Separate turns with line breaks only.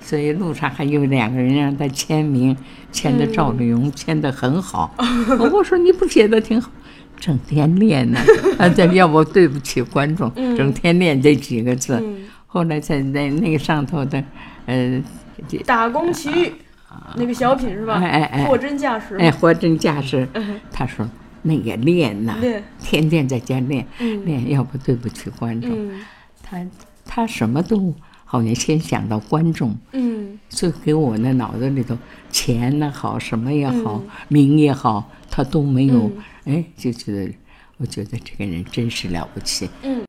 所以路上还有两个人让他签名，签的赵丽
嗯
蓉、签的很 好。我说你不写的挺好，整天练 呢。啊，这要不对不起观众，
嗯
整天练这几个字。后来在那那个上头的，呃，这
打工奇遇那个小品是吧？
哎哎哎
货真价实。
哎，货真价实。他说那也练呐、
嗯练
天天在家练、练，要不对不起观众。
嗯
他他什么都好像先想到观众，
嗯
所以给我那脑子里头钱也好，什么也好，名也好，他都没有，哎，就觉得我觉得这个人真是了不起。
嗯。